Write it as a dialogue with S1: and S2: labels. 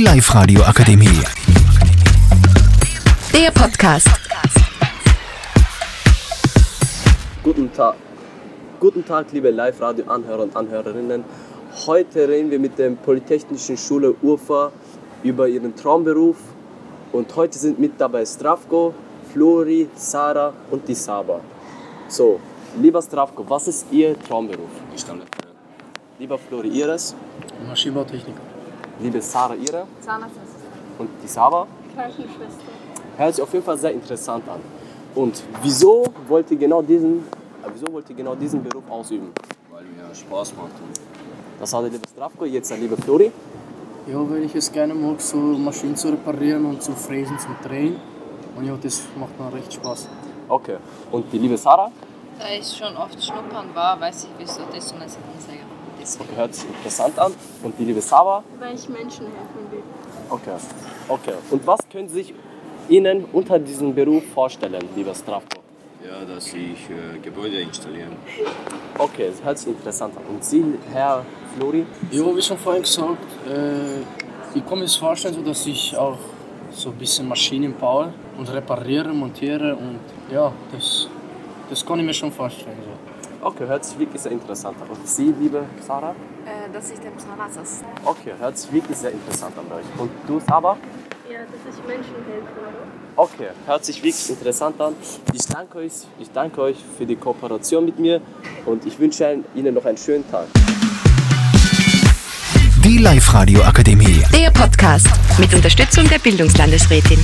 S1: Live Radio Akademie.
S2: Der Podcast.
S3: Guten Tag. Guten Tag, liebe Live-Radio-Anhörer und Anhörerinnen. Heute reden wir mit der Polytechnischen Schule Urfa über ihren Traumberuf. Und heute sind mit dabei Strafko, Flori, Sarah und die Saba. So, lieber Strafko, was ist Ihr Traumberuf?
S4: Stammlehrer.
S3: Lieber Flori, Ihres.
S5: Maschinenbautechniker.
S3: Liebe Sarah, Ihre.
S6: Zahnarztassistent.
S3: Und die Saba.
S6: Krankenschwester.
S3: Hört sich auf jeden Fall sehr interessant an. Und wieso wollt ihr genau diesen, äh, wieso wollt ihr genau diesen Beruf ausüben?
S4: Weil mir Spaß macht und
S3: Das war der liebe Strafko, jetzt der liebe Flori.
S5: Ja, weil ich es gerne mag, so Maschinen zu reparieren und zu fräsen, zum Drehen. Und ja, das macht mir recht Spaß.
S3: Okay. Und die liebe Sarah.
S7: Da ich schon oft schnuppern war, weiß ich, wieso das und das Anzeiger. Deswegen.
S3: Hört sich interessant an. Und die liebe Saba.
S6: Weil ich Menschen helfen will.
S3: Okay. Okay. Und was können sich Ihnen unter diesem Beruf vorstellen, lieber Strafko?
S4: ja, dass ich äh, Gebäude installieren.
S3: Okay, das hört sich interessant an. Und Sie, Herr Flori?
S5: Ja, wie schon vorhin gesagt, äh, ich kann mir das vorstellen, so dass ich auch so ein bisschen Maschinen baue und repariere, montiere und ja, das, das kann ich mir schon vorstellen. So.
S3: Okay, hört sich wirklich sehr interessant an. Und Sie, liebe Sarah?
S7: Äh, dass ich dem Zahnarztassistenten.
S3: Okay, hört sich wirklich sehr interessant an bei euch. Und du, Saba?
S6: Ja, dass ich Menschen helfen will.
S3: Okay, hört sich wirklich interessant an. Ich danke euch, ich danke euch für die Kooperation mit mir und ich wünsche allen- Ihnen noch einen schönen Tag.
S1: Die Live Radio Akademie.
S2: Der Podcast. Mit Unterstützung der Bildungslandesrätin.